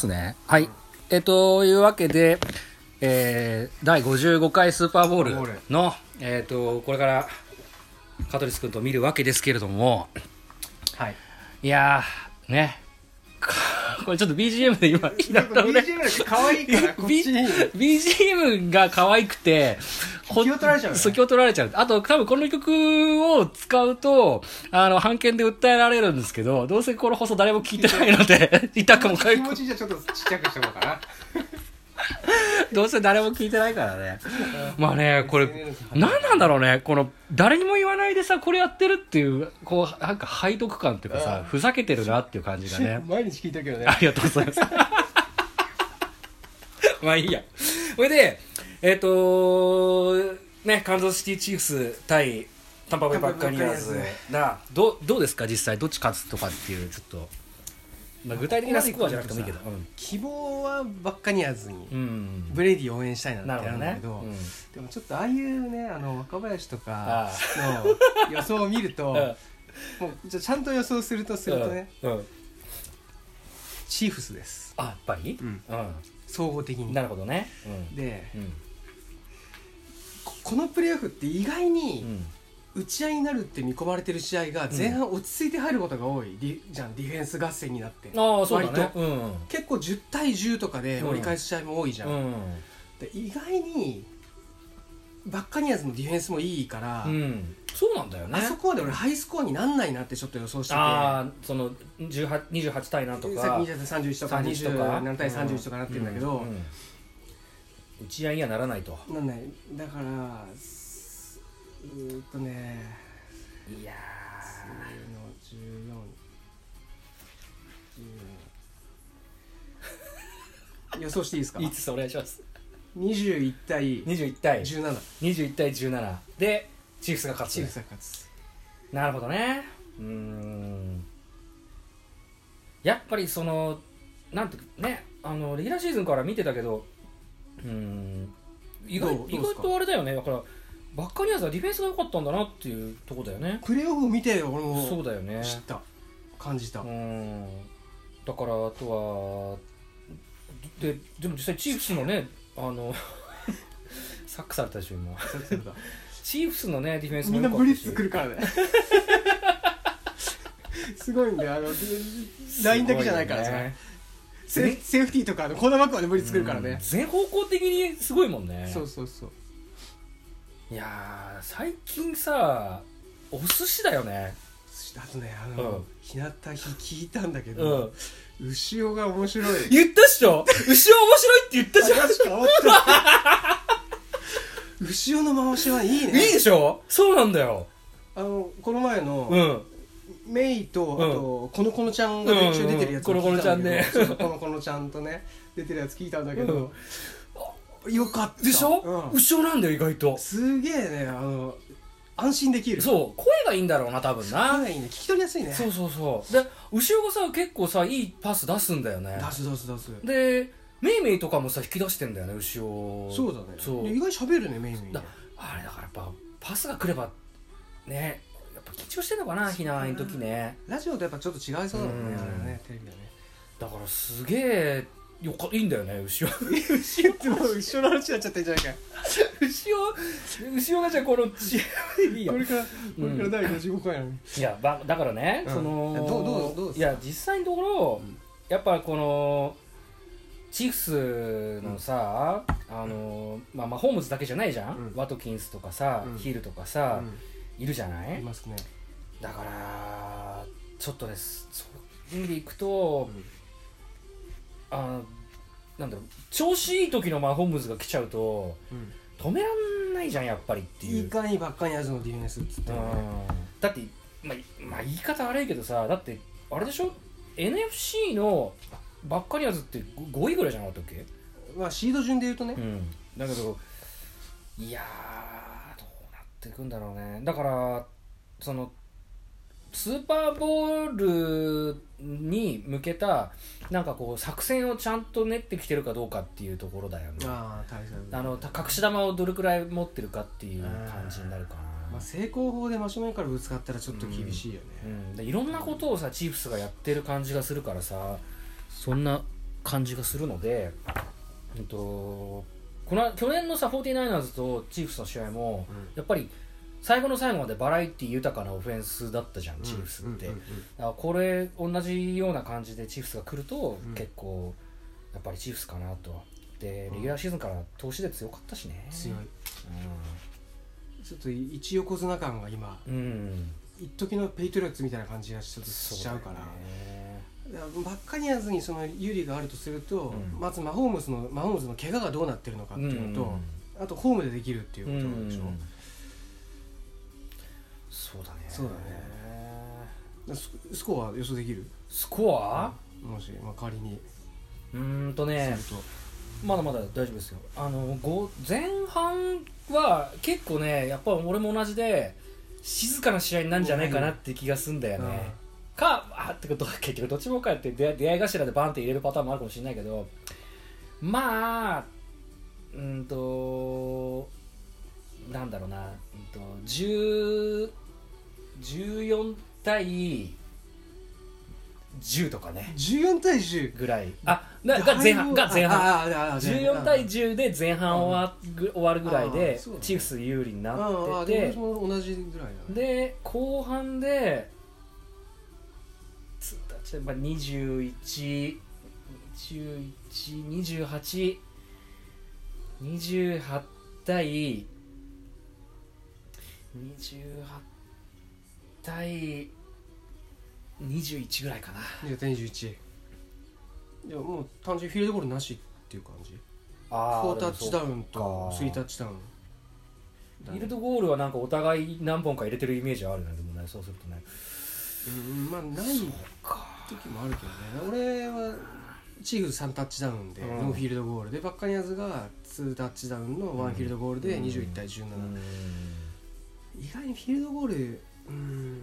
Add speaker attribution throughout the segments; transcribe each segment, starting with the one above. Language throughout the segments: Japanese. Speaker 1: すね。はい。えっと、いうわけで、えー、第55回スーパーボ
Speaker 2: スーパー
Speaker 1: ー
Speaker 2: ボウ
Speaker 1: ル
Speaker 2: ル
Speaker 1: の、えっと、これから、香取君と見るわけですけれども、
Speaker 2: はい。
Speaker 1: いやー、ね。 かこれちょっと BGM で今、いいな
Speaker 2: なん
Speaker 1: と
Speaker 2: か
Speaker 1: 思って
Speaker 2: BGM だけ可 愛いから、こっちに。
Speaker 1: B- BGM が可愛くて、こ
Speaker 2: 気を取られちゃうよね
Speaker 1: そう気を取られちゃう。あと、多分この曲を使うと、あの、判件で訴えられるんですけど、どうせこの放送誰も聞いてないの で、痛くもかゆ
Speaker 2: 気持
Speaker 1: く、
Speaker 2: ちじゃちょっとちっちゃくしておこうか
Speaker 1: どうせ誰も聞いてないからね。まあね、これ、
Speaker 2: SNS
Speaker 1: 何なんだろうね、この、誰にも言わないでさ、これやってるっていう、こう、なんか背徳感っていうかさ、ふざけてるなっていう感じが
Speaker 2: な
Speaker 1: ね。。
Speaker 2: 毎日聞いてるけど ね
Speaker 1: ありがとうございます。 まあいいや。これで、えっ、とね、カンザスシティチーフス対タンパベイバッカニアーズが、どうどうですか、実際、どっち勝つとかっていう、ちょっと、まあ、具体的なスコアじゃなくてもいいけど。
Speaker 2: 希望はバッカニアーズに
Speaker 1: う。ん。
Speaker 2: ブレイディ応援したいな
Speaker 1: な
Speaker 2: っ
Speaker 1: る
Speaker 2: て
Speaker 1: ほ
Speaker 2: な
Speaker 1: ど
Speaker 2: るんだ
Speaker 1: ねうん、
Speaker 2: け。どでもちょっとああいうね、あの、若林と
Speaker 1: あ
Speaker 2: か
Speaker 1: あ
Speaker 2: の予想を見ると、もうじゃあちゃんと予想するとするとね、
Speaker 1: うんうん
Speaker 2: チーフスです。
Speaker 1: あ、やっぱり、
Speaker 2: うん
Speaker 1: う
Speaker 2: 総合的
Speaker 1: ん
Speaker 2: に
Speaker 1: な。るほどね。うん
Speaker 2: で、
Speaker 1: うん
Speaker 2: ここのプレーオフって意外
Speaker 1: う
Speaker 2: に
Speaker 1: ん
Speaker 2: 打ち合いになるって見込まれてる試合が前半落ち着いて入ることが多い、ディじゃんディフェンス合戦になって
Speaker 1: ああ、そうだね
Speaker 2: 割。
Speaker 1: うん
Speaker 2: 結構10対10とかで
Speaker 1: うん
Speaker 2: 折り返す試合も多いじゃん、
Speaker 1: うん。
Speaker 2: で意外にバッカニアーズのディフェンスもいいから、
Speaker 1: うん。そうなんだよね。
Speaker 2: あそこまで俺ハイスコアになんないなってちょっと予想してて
Speaker 1: ああその18 28対何とか
Speaker 2: さっき28対31とか
Speaker 1: 31とか
Speaker 2: 27対31とかなってるんだけど、
Speaker 1: ううん打ち合いにはならないと
Speaker 2: なんないだからすうーっとね
Speaker 1: いや
Speaker 2: 10の14 14予想していいですか
Speaker 1: いつですお願いします
Speaker 2: 21対
Speaker 1: 21対
Speaker 2: 17
Speaker 1: 21対17でチーフスが勝つ
Speaker 2: チーフスが勝つ
Speaker 1: なるほどねうーんやっぱりそのなんていうかねあのレギュラーシーズンから見てたけどうーん意外
Speaker 2: どう
Speaker 1: 意
Speaker 2: どうで
Speaker 1: 外
Speaker 2: すか
Speaker 1: とあれだよねだからバッカニアーズはディフェンスが良かったんだなっていうとこだよね
Speaker 2: プレーオフ見て俺も
Speaker 1: そうだよね
Speaker 2: 知った感じた、
Speaker 1: うんだからあとはででも実際チーフスのねあの サックされたでしょ今 チーフスのねディフェンスも
Speaker 2: みん
Speaker 1: 良
Speaker 2: な
Speaker 1: か
Speaker 2: ブ
Speaker 1: っ
Speaker 2: リ
Speaker 1: た
Speaker 2: ッ
Speaker 1: し
Speaker 2: ツ来るからね すごいんだよあのラインだけじゃないから
Speaker 1: すご
Speaker 2: ね
Speaker 1: ね
Speaker 2: セーフセーフティーとかのコーナーバックまでブリッツ来るから
Speaker 1: うん
Speaker 2: ね、
Speaker 1: 全方向的にすごいもんね
Speaker 2: そうそうそう
Speaker 1: いやー最近さお寿司だよね
Speaker 2: そしてあとねあの、
Speaker 1: うん
Speaker 2: 日向日聞いたんだけ
Speaker 1: う
Speaker 2: ど、
Speaker 1: ん
Speaker 2: 牛尾が面白い
Speaker 1: 言ったっしょ牛尾面白いって言ったじゃん
Speaker 2: 話変 わった牛尾の回しはいい
Speaker 1: い い
Speaker 2: ね
Speaker 1: でしょそうなんだよ
Speaker 2: あのこの前
Speaker 1: う
Speaker 2: の、
Speaker 1: ん
Speaker 2: メイと、
Speaker 1: うん
Speaker 2: あとこのこのちゃんが練習出てるやつ
Speaker 1: うんうん
Speaker 2: 聞いた
Speaker 1: コロ
Speaker 2: だけど
Speaker 1: コロちゃんね
Speaker 2: そうこのこのちゃんとね出てるやつ聞いたんだけど、よかった
Speaker 1: でしょ
Speaker 2: うん、
Speaker 1: 牛尾なんだよ意外と
Speaker 2: すげえねあの安心できる
Speaker 1: そう声がいいんだろうな多分な
Speaker 2: はいいね聞き取りやすいね
Speaker 1: そうそうそうで後ろがさ結構さいいパス出すんだよね
Speaker 2: 出す出す出す
Speaker 1: でメイメイとかもさ引き出してんだよね後ろ
Speaker 2: そうだね
Speaker 1: そう
Speaker 2: 意外に喋るねメイメイね
Speaker 1: だあれだからやっぱパスが来ればねやっぱ緊張してんのかなひなあいの時ね
Speaker 2: ラジオとやっぱちょっと違いそうだもんね
Speaker 1: うん
Speaker 2: あれね テレビはね
Speaker 1: だからすげえよかいいんだよね後ろ
Speaker 2: 牛ってもう一緒の話になっちゃってんじゃないか
Speaker 1: 後ろ後ろがじゃあこのチームいいよ
Speaker 2: これからこれから第55回なのに
Speaker 1: いやばだからね、
Speaker 2: うん
Speaker 1: その
Speaker 2: どうどうどうですか
Speaker 1: いや実際のところ、
Speaker 2: うん
Speaker 1: やっぱこのチーフスのさ、あのまあまあホームズだけじゃないじゃん、
Speaker 2: うん
Speaker 1: ワトキンスとかさ、
Speaker 2: うん
Speaker 1: ヒールとかさ、いるじゃない、
Speaker 2: いますね
Speaker 1: だからちょっとですそういう意味でいくと、あのなんだろう調子いい時のまあホームズが来ちゃうと止めらんないじゃんやっぱりっていう
Speaker 2: いかにばっかりやつのディフェンスっつって
Speaker 1: う
Speaker 2: ね
Speaker 1: んだって、まあ、まあ言い方悪いけどさだってあれでしょ NFC のばっかりやつってご5位ぐらいじゃなかったっけ
Speaker 2: まあシード順で言うとね
Speaker 1: んだけどいやーどうなっていくんだろうねだからそのスーパーボールに向けたなんかこう作戦をちゃんと練ってきてるかどうかっていうところだよね
Speaker 2: ああ対策
Speaker 1: あのた隠し球をどれくらい持ってるかっていう感じになるかな、
Speaker 2: まあ成功法で真正面からぶつかったらちょっと厳しいよ
Speaker 1: う
Speaker 2: ね
Speaker 1: ん、でいろんなことをさチーフスがやってる感じがするからさそんな感じがするので、えっと、この去年のさ 49ers とチーフスの試合も、
Speaker 2: うん
Speaker 1: やっぱり最後の最後までバラエティ豊かなオフェンスだったじゃん、チーフスって、
Speaker 2: うんうん
Speaker 1: だからこれ同じような感じでチーフスが来ると、
Speaker 2: うん
Speaker 1: 結構やっぱりチーフスかなとはでレギュラーシーズンから投資で強かったしね
Speaker 2: 強い
Speaker 1: うん
Speaker 2: ちょっと一横綱感が今
Speaker 1: うん
Speaker 2: 一時のペイトリオッツみたいな感じがちょっとしちゃうから
Speaker 1: そだね
Speaker 2: だからバッカニアーズにその有利があるとすると、
Speaker 1: うん
Speaker 2: まずマホームズのマホームズの怪我がどうなってるのかっていうのと、あとホームでできるっていう
Speaker 1: うん
Speaker 2: ことでしょ、だか
Speaker 1: そうだね
Speaker 2: そうだねらススコア予想できる
Speaker 1: スコア
Speaker 2: もし、まあ、仮に
Speaker 1: うーんと
Speaker 2: す
Speaker 1: ね
Speaker 2: ると、
Speaker 1: まだまだ大丈夫ですよあのご前半は結構ねやっぱ俺も同じで静かな試合になるんじゃないかなって気がすんだよね、かあってことは結局どっちもかやって出会い出会い頭でバンって入れるパターンもあるかもしれないけどまあうんとなんだろうな、うんと、10 14対10とかね
Speaker 2: 14対10
Speaker 1: ぐらいあなが前半が前半
Speaker 2: 半
Speaker 1: 14対10で前半終わぐ終わるぐらい
Speaker 2: あー
Speaker 1: で
Speaker 2: そうだね
Speaker 1: チーフス有利に
Speaker 2: ああ
Speaker 1: な
Speaker 2: あ
Speaker 1: っ
Speaker 2: で
Speaker 1: て
Speaker 2: も
Speaker 1: て
Speaker 2: 私も同じぐらいだね
Speaker 1: で後半でつ例えば21 21 28 28対28対21ぐらいかな
Speaker 2: 20対21でももう単純にフィールドゴールなしっていう感じ
Speaker 1: あ
Speaker 2: 4タッチダウンと
Speaker 1: そう
Speaker 2: 3
Speaker 1: か
Speaker 2: タッチダウン
Speaker 1: フィールドゴールはなんかお互い何本か入れてるイメージはあるねでもねそうするとね
Speaker 2: うんまあない
Speaker 1: か
Speaker 2: 時もあるけどね俺はチーフズ3タッチダウンで
Speaker 1: うん
Speaker 2: ノーフィールドゴールでバッカニアーズが2タッチダウンの1フィールドゴールで
Speaker 1: うん
Speaker 2: 21対17、
Speaker 1: うん
Speaker 2: 意外にフィールドゴールうん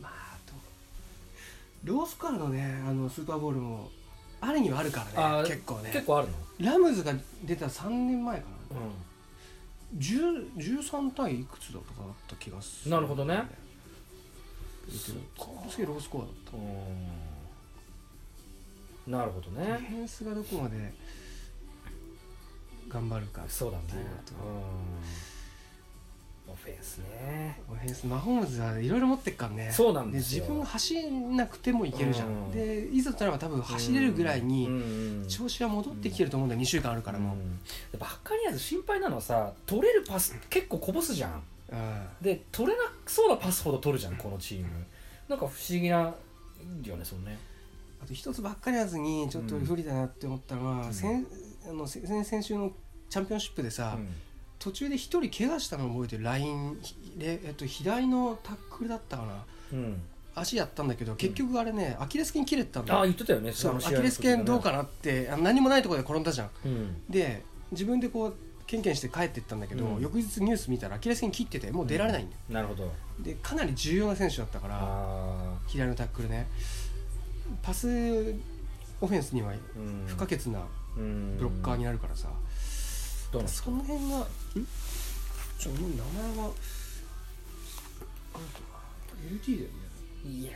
Speaker 2: まああとロースコアのねあのスーパーボールもあれにはあるから
Speaker 1: あ
Speaker 2: ね
Speaker 1: ー
Speaker 2: 結構ね
Speaker 1: 結構あるの
Speaker 2: ラムズが出た3年前かな
Speaker 1: うん
Speaker 2: 10 13対いくつだとかだった気がする
Speaker 1: なるほどね
Speaker 2: すげえロースコアだった
Speaker 1: うんなるほど
Speaker 2: ディ
Speaker 1: ね
Speaker 2: フェンスがどこまで頑張るか
Speaker 1: そうだね
Speaker 2: ってい
Speaker 1: う
Speaker 2: う
Speaker 1: んオフェンスね
Speaker 2: オフェンスマホームズはいろいろ持ってっからね
Speaker 1: そうなんです
Speaker 2: 自
Speaker 1: よ
Speaker 2: 分が走んなくてもいけるじゃん、
Speaker 1: うん
Speaker 2: でいざとなれば多分走れるぐらい
Speaker 1: うん
Speaker 2: に
Speaker 1: うんうん
Speaker 2: 調子は戻ってきてると思うんだよ2週間あるからもう、
Speaker 1: うんでバッカニアーズ心配なのはさ取れるパス結構こぼすじゃん
Speaker 2: うん
Speaker 1: で取れなそうなパスほど取るじゃんこのチームなんか不思議なんよねそのね
Speaker 2: あと一つばっかりやずにちょっと不利だなって思ったのは、
Speaker 1: うん
Speaker 2: 先あの先先々週のチャンピオンシップでさ、
Speaker 1: うん
Speaker 2: 途中で一人怪我したのを覚えてるラインひで、えっと、左のタックルだったかな
Speaker 1: うん
Speaker 2: 足やったんだけど結局あれね、アキレス腱切れてたんだ
Speaker 1: ああ言ってたよね
Speaker 2: そう
Speaker 1: あの
Speaker 2: ア
Speaker 1: 試
Speaker 2: キ
Speaker 1: 合の
Speaker 2: レス腱どうか
Speaker 1: 時
Speaker 2: なってあの何もないところで転んだじゃん
Speaker 1: だねうん
Speaker 2: で自分でこうケンケンして帰ってったんだけど、
Speaker 1: うん
Speaker 2: 翌日ニュース見たらアキレス腱切っててもう出られないんだよ、
Speaker 1: なるほど
Speaker 2: でかなり重要な選手だったから
Speaker 1: あ
Speaker 2: 左のタックルねパスオフェンスには
Speaker 1: あうん
Speaker 2: 不可欠な
Speaker 1: うん
Speaker 2: ブロッカーになるからさ、
Speaker 1: どうなん
Speaker 2: その辺がんちょもう名前はあ LT だよね
Speaker 1: いや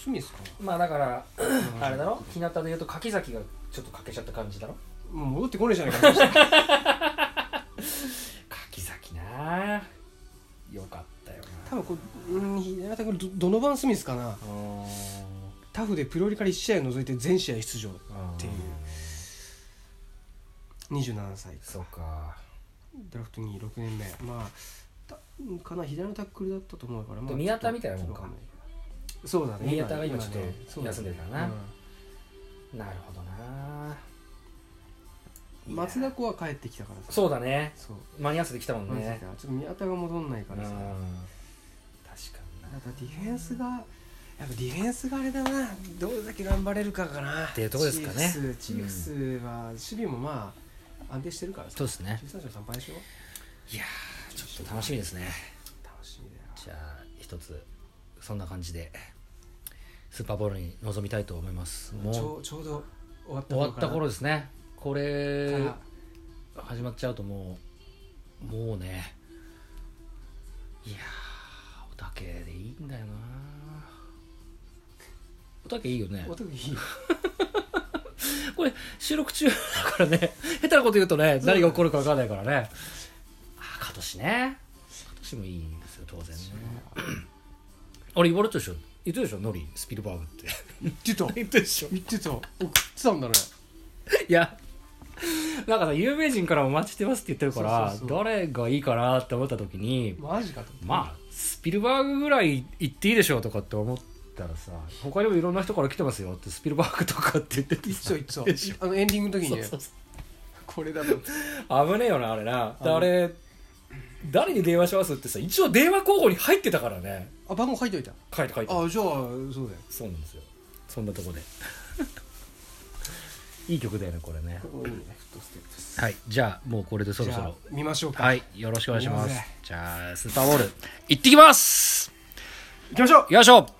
Speaker 2: スミスか
Speaker 1: ーまあだから
Speaker 2: な
Speaker 1: あれだろ日向で言うと柿崎がちょっと欠けちゃった感じだろ
Speaker 2: もう戻ってこないじゃない か
Speaker 1: 柿崎なあよかったよ
Speaker 2: 多分これうん左田君どドノバン・スミスかな
Speaker 1: なう
Speaker 2: タフでプロ入りから1試合を除いて全試合出場
Speaker 1: ーん
Speaker 2: っていう27歳
Speaker 1: そうか
Speaker 2: ドラフト2 6年目まあたかな左のタックルだったと思うから、まあ、
Speaker 1: 宮田みたいなもんか
Speaker 2: そうだね
Speaker 1: 宮田が今ちょっと
Speaker 2: ねそうだね
Speaker 1: 休んでるからな
Speaker 2: うん
Speaker 1: なるほどな
Speaker 2: 松田子は帰ってきたからさ
Speaker 1: そうだね
Speaker 2: そう
Speaker 1: 間に合わせてきたもん
Speaker 2: マジで
Speaker 1: ね
Speaker 2: ちょっと宮田が戻んない
Speaker 1: うん
Speaker 2: から
Speaker 1: 確
Speaker 2: さ
Speaker 1: か
Speaker 2: なんか
Speaker 1: にな
Speaker 2: ディフェンスがやっぱディフェンスがあれだなどれだけ頑張れるかかなって
Speaker 1: いうとこですかね
Speaker 2: チーフスチーフスは守備もまあ安定してるからさ
Speaker 1: そうですね
Speaker 2: 13勝3敗でしょ
Speaker 1: いやーちょっと楽しみですね
Speaker 2: 楽しみだよ
Speaker 1: じゃあ一つそんな感じでスーパーボールに臨みたいと思いますもう
Speaker 2: ちょうちょうど終わった
Speaker 1: 終わった頃
Speaker 2: か
Speaker 1: ですねこ
Speaker 2: ら
Speaker 1: れ始まっちゃうともうもうねいやーおたけでいいんだよな音だけいいよね
Speaker 2: お得意
Speaker 1: これ収録中だからね下手なこと言うとね何が起こるか分かんないからねああ今年ね今年もいいんですよ当然ね俺言われたでしょ言ってたでしょノリスピルバーグって
Speaker 2: 言ってた
Speaker 1: 言ってでしょ
Speaker 2: 言ってた送ってたんだね
Speaker 1: いやなんかさ有名人からもお待ちしてますって言ってるから
Speaker 2: そうそうそう
Speaker 1: 誰がいいかなって思った時に
Speaker 2: マジかと思って
Speaker 1: まあスピルバーグぐらい言っていいでしょうとかって思ったらさ他にもいろんな人から来てますよってスピルバーグとかって言ってて
Speaker 2: 言ってた言 ってた
Speaker 1: でしょ
Speaker 2: あのエンディングの時に
Speaker 1: そう
Speaker 2: ね
Speaker 1: そうそう
Speaker 2: これだと
Speaker 1: 危ねえよなあれなで
Speaker 2: あの
Speaker 1: あれ誰に電話しますってさ一応電話候補に入ってたからね
Speaker 2: あ番号書いといた
Speaker 1: 書いて書いて
Speaker 2: あじゃあそうだよ
Speaker 1: そうなんですよそんなとこで いい曲だよねこれね
Speaker 2: いいねフットステップです
Speaker 1: はいじゃあもうこれでそろそ
Speaker 2: じゃあ
Speaker 1: ろ
Speaker 2: 見ましょうか
Speaker 1: はいよろしくお願いしま
Speaker 2: い
Speaker 1: す
Speaker 2: や
Speaker 1: じゃあスーパーボール行ってきます
Speaker 2: 行きましょう
Speaker 1: よいしょ